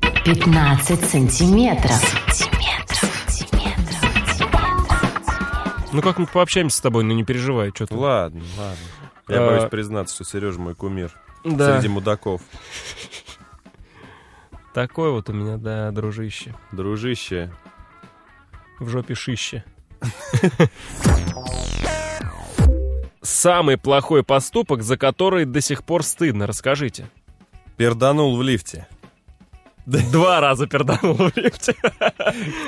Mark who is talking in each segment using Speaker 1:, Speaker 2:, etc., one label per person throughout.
Speaker 1: 15 сантиметров.
Speaker 2: Ну как мы пообщаемся с тобой, ну не переживай, что ты.
Speaker 3: Ладно, ладно. Я
Speaker 2: А.
Speaker 3: боюсь признаться, что Сережа мой кумир. Среди мудаков.
Speaker 2: Такой вот у меня, да, дружище.
Speaker 3: Дружище.
Speaker 2: В жопе шище. Самый плохой поступок, за который до сих пор стыдно, расскажите.
Speaker 3: Перданул в лифте.
Speaker 2: Два раза перданул в лифте.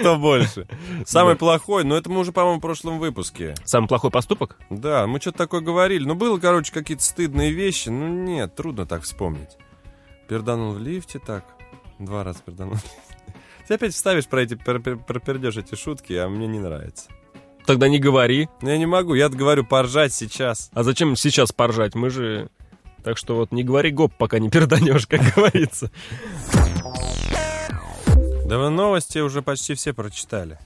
Speaker 3: Кто больше? Самый плохой, но это мы уже, по-моему, в прошлом выпуске.
Speaker 2: Самый плохой поступок?
Speaker 3: Да, мы что-то такое говорили. Ну, было, короче, какие-то стыдные вещи. Ну, нет, трудно так вспомнить. Перданул в лифте так. Два раза перданул. Ты опять вставишь про эти, пер- пер- пропердешь эти шутки, а мне не нравится.
Speaker 2: Тогда не говори.
Speaker 3: Ну, я не могу, я говорю поржать сейчас.
Speaker 2: А зачем сейчас поржать? Мы же... Так что вот не говори гоп, пока не перданешь, как говорится.
Speaker 3: Да вы новости уже почти все прочитали.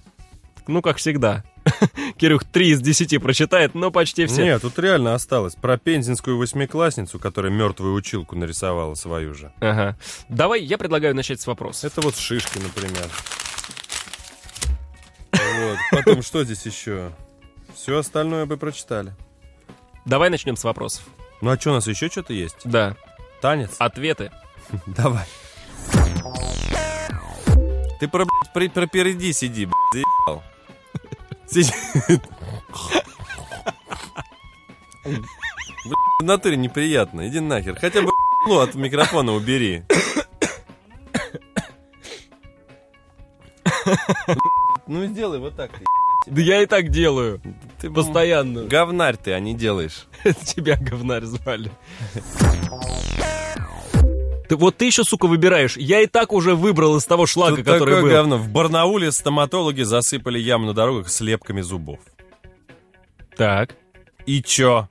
Speaker 2: Ну, как всегда. Кирюх 3 из 10 прочитает, но почти все.
Speaker 3: Нет, тут реально осталось. Про пензенскую восьмиклассницу, которая мертвую училку нарисовала свою же.
Speaker 2: Ага. Давай, я предлагаю начать с вопроса.
Speaker 3: Это вот шишки, например. Вот. Потом что здесь еще? Все остальное бы прочитали.
Speaker 2: Давай начнем с вопросов.
Speaker 3: Ну а что, у нас еще что-то есть?
Speaker 2: Да.
Speaker 3: Танец?
Speaker 2: Ответы.
Speaker 3: Давай. Ты про, блядь, при- пропереди сиди, блядь, заебал. Сиди. Блядь, в натуре неприятно, иди нахер. Хотя бы блядь, от микрофона убери. Ну и сделай вот так. ты,
Speaker 2: Да я и так делаю.
Speaker 3: Ты
Speaker 2: Постоянно.
Speaker 3: Говнарь ты, а не делаешь.
Speaker 2: Тебя говнарь звали. Ты, вот ты еще, сука, выбираешь. Я и так уже выбрал из того шлака,
Speaker 3: Тут
Speaker 2: который
Speaker 3: такое
Speaker 2: был.
Speaker 3: говно. В Барнауле стоматологи засыпали яму на дорогах слепками зубов.
Speaker 2: Так.
Speaker 3: И чё?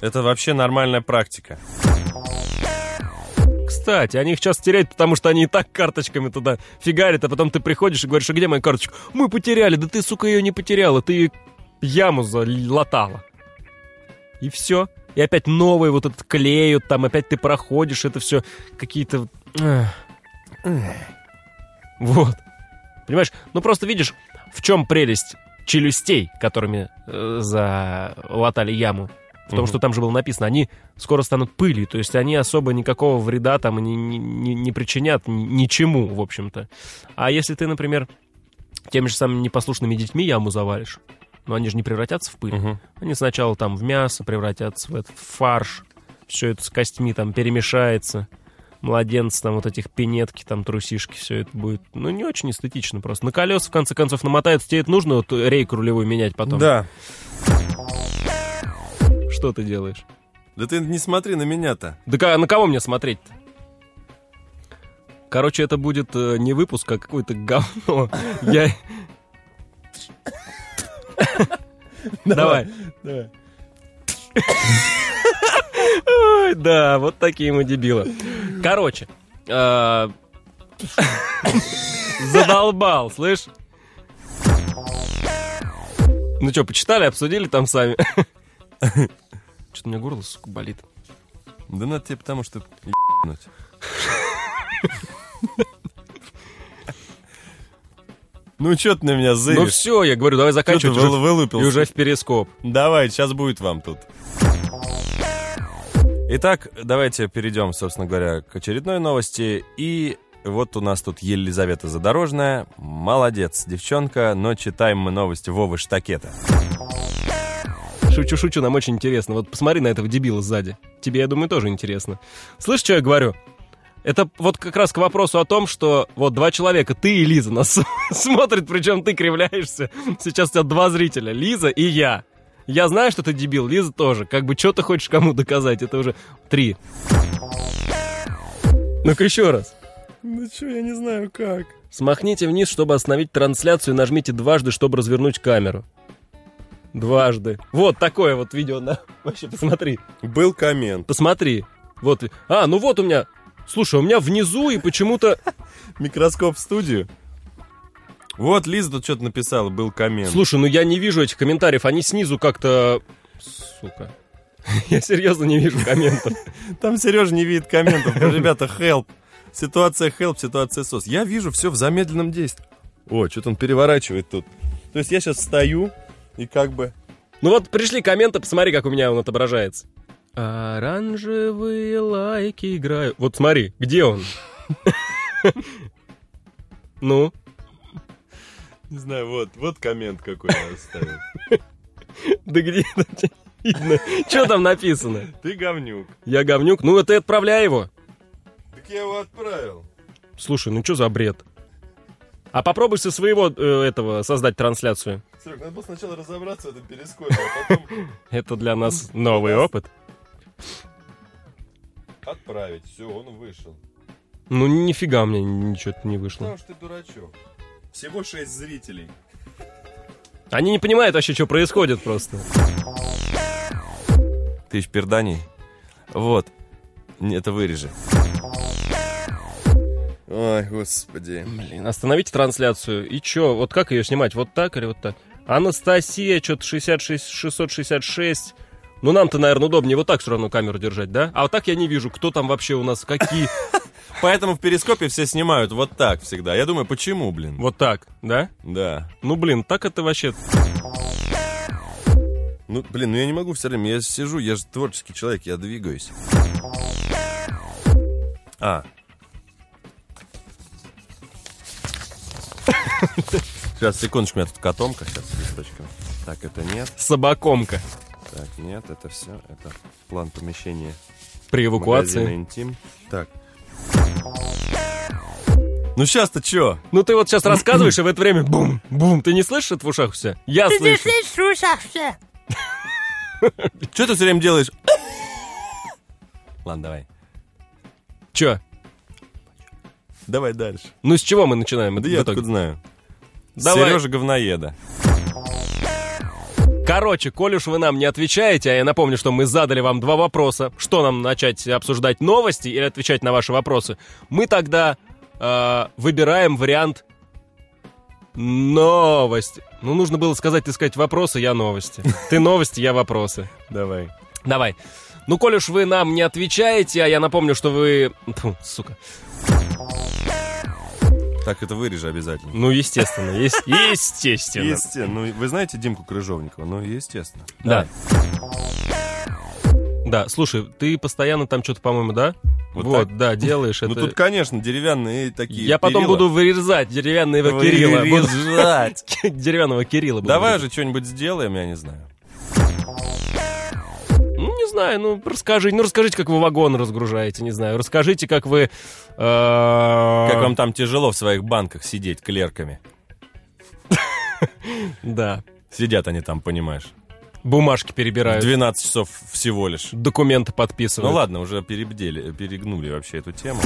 Speaker 3: Это вообще нормальная практика.
Speaker 2: Кстати, они их часто теряют, потому что они и так карточками туда фигарят, а потом ты приходишь и говоришь, а где моя карточка? Мы потеряли. Да ты, сука, ее не потеряла. Ты яму залатала. И все. И опять новые вот этот клеют, там опять ты проходишь, это все какие-то... вот, эх. Вот. Понимаешь? Ну просто видишь, в чем прелесть челюстей, которыми э, залатали яму. Потому
Speaker 3: Мгм.
Speaker 2: что там же было написано, они скоро станут пылью, то есть они особо никакого вреда там не, не- не- не причинят ни- ничему, в общем-то. А если ты, например, теми же самыми непослушными детьми яму завалишь, но они же не превратятся в пыль, они сначала там в мясо превратятся, в этот фарш. Все это с костьми там перемешается. Младенцы там вот этих пинетки, там трусишки, все это будет. Ну, не очень эстетично просто. На колеса, в конце концов, намотаются. Тебе это нужно вот рейку рулевую менять потом?
Speaker 3: Да.
Speaker 2: Что ты делаешь?
Speaker 3: Да ты не смотри на меня-то.
Speaker 2: Да ка- а на кого мне смотреть-то? Короче, это будет э, не выпуск, а какое-то говно. Я... Давай. Ой, да, вот такие мы дебилы. Короче, э, задолбал, слышь? Ну что, почитали, обсудили там сами? Что-то у меня горло, сука, болит.
Speaker 3: Да надо тебе потому, что ебануть. Ну чё ты на меня
Speaker 2: Ну
Speaker 3: зыришь?
Speaker 2: все, я говорю, давай
Speaker 3: Чё ты
Speaker 2: заканчивать.
Speaker 3: выл-
Speaker 2: уже- И
Speaker 3: вылупился?
Speaker 2: уже в перископ.
Speaker 3: Давай, сейчас будет вам тут. Итак, давайте перейдем, собственно говоря, к очередной новости. И вот у нас тут Елизавета Задорожная. Молодец, девчонка, но читаем мы новости Вовы Штакета.
Speaker 2: Шучу, шучу, нам очень интересно. Вот посмотри на этого дебила сзади. Тебе, я думаю, тоже интересно. Слышь, что я говорю? Это вот как раз к вопросу о том, что вот два человека, ты и Лиза нас смотрят, причем ты кривляешься. Сейчас у тебя два зрителя, Лиза и я. Я знаю, что ты дебил, Лиза тоже. Как бы что ты хочешь кому доказать, это уже три. Ну-ка еще раз.
Speaker 3: Ну чё, я не знаю как.
Speaker 2: Смахните вниз, чтобы остановить трансляцию, и нажмите дважды, чтобы развернуть камеру. Дважды. Вот такое вот видео на... Вообще, посмотри.
Speaker 3: Был коммент.
Speaker 2: Посмотри. Вот. А, ну вот у меня... Слушай, у меня внизу и почему-то...
Speaker 3: Микроскоп в студию. Вот, Лиза тут что-то написала, был коммент.
Speaker 2: Слушай, ну я не вижу этих комментариев. Они снизу как-то... Сука. Я серьезно не вижу комментов.
Speaker 3: Там Сережа не видит комментов. Ребята, help. Ситуация help, ситуация сос. Я вижу все в замедленном действии. О, что-то он переворачивает тут. То есть я сейчас стою и как бы...
Speaker 2: Ну вот пришли комменты, посмотри, как у меня он отображается. Оранжевые лайки играют. Вот смотри, где он? Ну,
Speaker 3: Не знаю, вот, вот коммент какой я оставил.
Speaker 2: да где это видно? Что там написано?
Speaker 3: Ты говнюк.
Speaker 2: Я говнюк. Ну, ты отправляй его.
Speaker 3: Так я его отправил.
Speaker 2: Слушай, ну что за бред? А попробуй со своего э, этого создать трансляцию.
Speaker 3: Серег, надо было сначала разобраться в этом перескопе, а потом
Speaker 2: Это для нас новый опыт.
Speaker 3: отправить. Все, он вышел.
Speaker 2: Ну, нифига мне ничего не вышло.
Speaker 3: Потому что ты дурачок. Всего шесть зрителей.
Speaker 2: Они не понимают вообще, что происходит просто.
Speaker 3: Тысяч перданий. Вот. Не, Это вырежи. Ой, господи.
Speaker 2: Блин, остановите трансляцию. И чё, вот как ее снимать? Вот так или вот так? Анастасия, что-то 66, 666. Ну, нам-то, наверное, удобнее вот так все равно камеру держать, да? А вот так я не вижу, кто там вообще у нас, какие.
Speaker 3: Поэтому в перископе все снимают вот так всегда. Я думаю, почему, блин?
Speaker 2: Вот так, да?
Speaker 3: Да.
Speaker 2: Ну, блин, так это вообще...
Speaker 3: Ну, блин, ну я не могу все время. Я сижу, я же творческий человек, я двигаюсь. А. Сейчас, секундочку, у меня тут котомка. Сейчас, листочками. Так, это нет.
Speaker 2: Собакомка
Speaker 3: Так, нет, это все. Это план помещения
Speaker 2: при
Speaker 3: магазина
Speaker 2: эвакуации.
Speaker 3: интим. Так. Ну сейчас-то чё?
Speaker 2: Ну, ты вот сейчас рассказываешь, и в это время бум-бум. Ты не слышишь это в ушах все? Я слышу.
Speaker 3: Чё ты все время делаешь? Ладно, давай.
Speaker 2: Чё?
Speaker 3: Давай дальше.
Speaker 2: Ну, с чего мы начинаем?
Speaker 3: Да
Speaker 2: в
Speaker 3: я
Speaker 2: итоге?
Speaker 3: откуда знаю.
Speaker 2: Давай.
Speaker 3: Сережа говноеда.
Speaker 2: Короче, коль уж вы нам не отвечаете, а я напомню, что мы задали вам два вопроса, что нам начать обсуждать новости или отвечать на ваши вопросы, мы тогда э, выбираем вариант новости. Ну, нужно было сказать, ты сказать вопросы, я новости. Ты новости, я вопросы.
Speaker 3: Давай.
Speaker 2: Давай. Ну, коль уж вы нам не отвечаете, а я напомню, что вы... Тьфу, сука.
Speaker 3: Так это вырежи обязательно.
Speaker 2: Ну, естественно, ес- естественно.
Speaker 3: Естественно. Ну, вы знаете Димку Крыжовникова? Ну, естественно.
Speaker 2: Да. Да, слушай, ты постоянно там что-то, по-моему, да?
Speaker 3: Вот
Speaker 2: Вот,
Speaker 3: так?
Speaker 2: да, делаешь это.
Speaker 3: Ну, тут, конечно, деревянные такие
Speaker 2: Я потом
Speaker 3: перила.
Speaker 2: буду вырезать деревянного Кирилла. Буду-
Speaker 3: Вырезать.
Speaker 2: Деревянного Кирилла. буду
Speaker 3: Давай
Speaker 2: вырезать.
Speaker 3: же что-нибудь сделаем, я не знаю.
Speaker 2: Ну, не знаю, ну, расскажи. Ну, расскажите, как вы вагон разгружаете, не знаю. Расскажите, как вы... э, Как А.
Speaker 3: Как вам там тяжело в своих банках сидеть клерками.
Speaker 2: Да.
Speaker 3: Сидят они там, понимаешь.
Speaker 2: Бумажки перебирают.
Speaker 3: 12 часов всего лишь.
Speaker 2: Документы
Speaker 3: Ну
Speaker 2: подписывают.
Speaker 3: ладно, уже перебдели, перегнули вообще эту тему.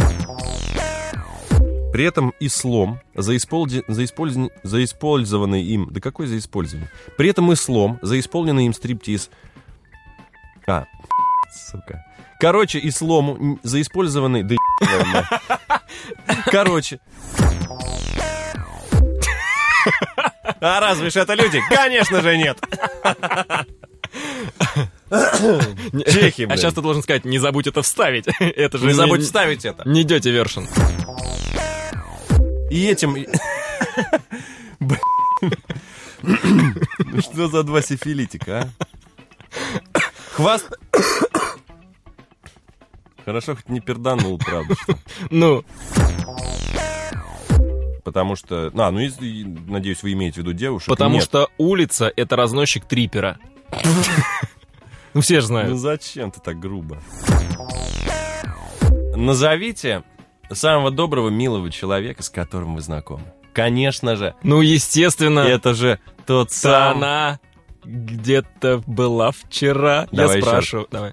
Speaker 3: При этом ислом за, исполди- за, использован- за использованный им... Да какой за использование? При этом ислом за исполненный им стриптиз... А, сука. Короче, ислому н- за использованный... Да еб твою мать. Короче. А разве ж это люди? Конечно же нет. Чехи,
Speaker 2: А
Speaker 3: блин.
Speaker 2: сейчас ты должен сказать, не забудь это вставить. Это же
Speaker 3: Не забудь вставить это.
Speaker 2: Не идете вершин.
Speaker 3: И этим... Блин. Ну Что за два сифилитика, а? Хваст... Хорошо, хоть не перданул, правда, что.
Speaker 2: Ну,
Speaker 3: Потому что... А, ну, если- и, надеюсь, вы имеете в виду девушек.
Speaker 2: потому
Speaker 3: Нет.
Speaker 2: что улица — это разносчик трипера. Ну, все же
Speaker 3: Ну,
Speaker 2: знают.
Speaker 3: зачем ты так грубо? Назовите самого доброго, милого человека, с которым вы знакомы. Конечно же.
Speaker 2: Ну, естественно,
Speaker 3: Это же тот самый...
Speaker 2: она где-то была вчера. Я
Speaker 3: Давай еще
Speaker 2: спрашиваю. Давай.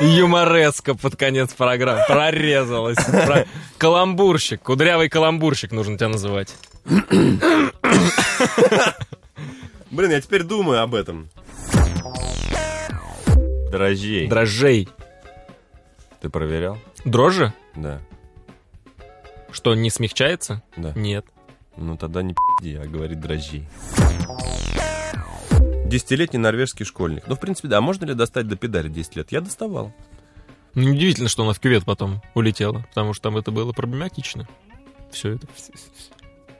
Speaker 2: Юмореска под конец программы. Прорезалась. Про- Каламбурщик. Кудрявый каламбурщик нужно тебя называть.
Speaker 3: Блин, я теперь думаю об этом. Дрожжей.
Speaker 2: Дрожжей.
Speaker 3: Ты проверял?
Speaker 2: Дрожжи?
Speaker 3: Да.
Speaker 2: Что, не смягчается?
Speaker 3: Да.
Speaker 2: Нет.
Speaker 3: Ну тогда не пи***и, а говори дрожжей. а Десятилетний норвежский школьник. Ну, в принципе, да. Можно ли достать до педали 10 лет? Я доставал.
Speaker 4: Неудивительно, что она в кювет потом улетела, потому что там это было проблематично. Все это.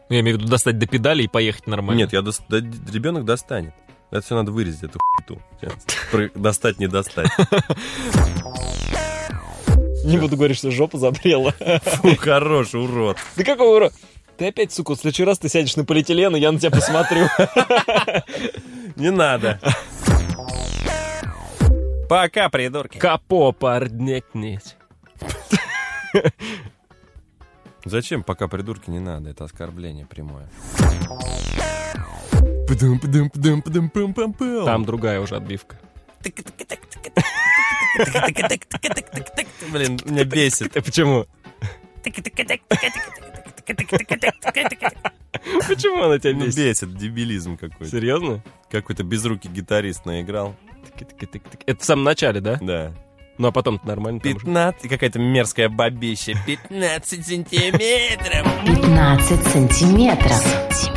Speaker 4: Ну, Я имею в виду достать до педали и поехать нормально.
Speaker 3: Нет, я дос- да, д- ребенок достанет. Это все надо вырезать, эту хуйту. Достать не достать.
Speaker 4: Не буду говорить, что жопа забрела.
Speaker 3: Фу, хорош, урод.
Speaker 4: Да какого ура? Ты опять, сука, в следующий раз ты сядешь на полиэтилен, и я на тебя посмотрю.
Speaker 3: Не надо. Пока, придурки.
Speaker 2: Капо парнетнеть.
Speaker 3: Зачем пока придурки не надо? Это оскорбление прямое.
Speaker 2: Там другая уже отбивка.
Speaker 3: Блин, меня бесит.
Speaker 2: Э, Почему? Почему она тебя
Speaker 3: Ну,
Speaker 2: бесит?
Speaker 3: бесит, дебилизм какой-то.
Speaker 2: Серьезно?
Speaker 3: Какой-то безрукий гитарист наиграл.
Speaker 2: Это в самом начале, да?
Speaker 3: Да.
Speaker 2: Ну а потом нормально. там уже.
Speaker 3: 15, какая-то мерзкая бабища. 15 сантиметров.
Speaker 1: 15 сантиметров.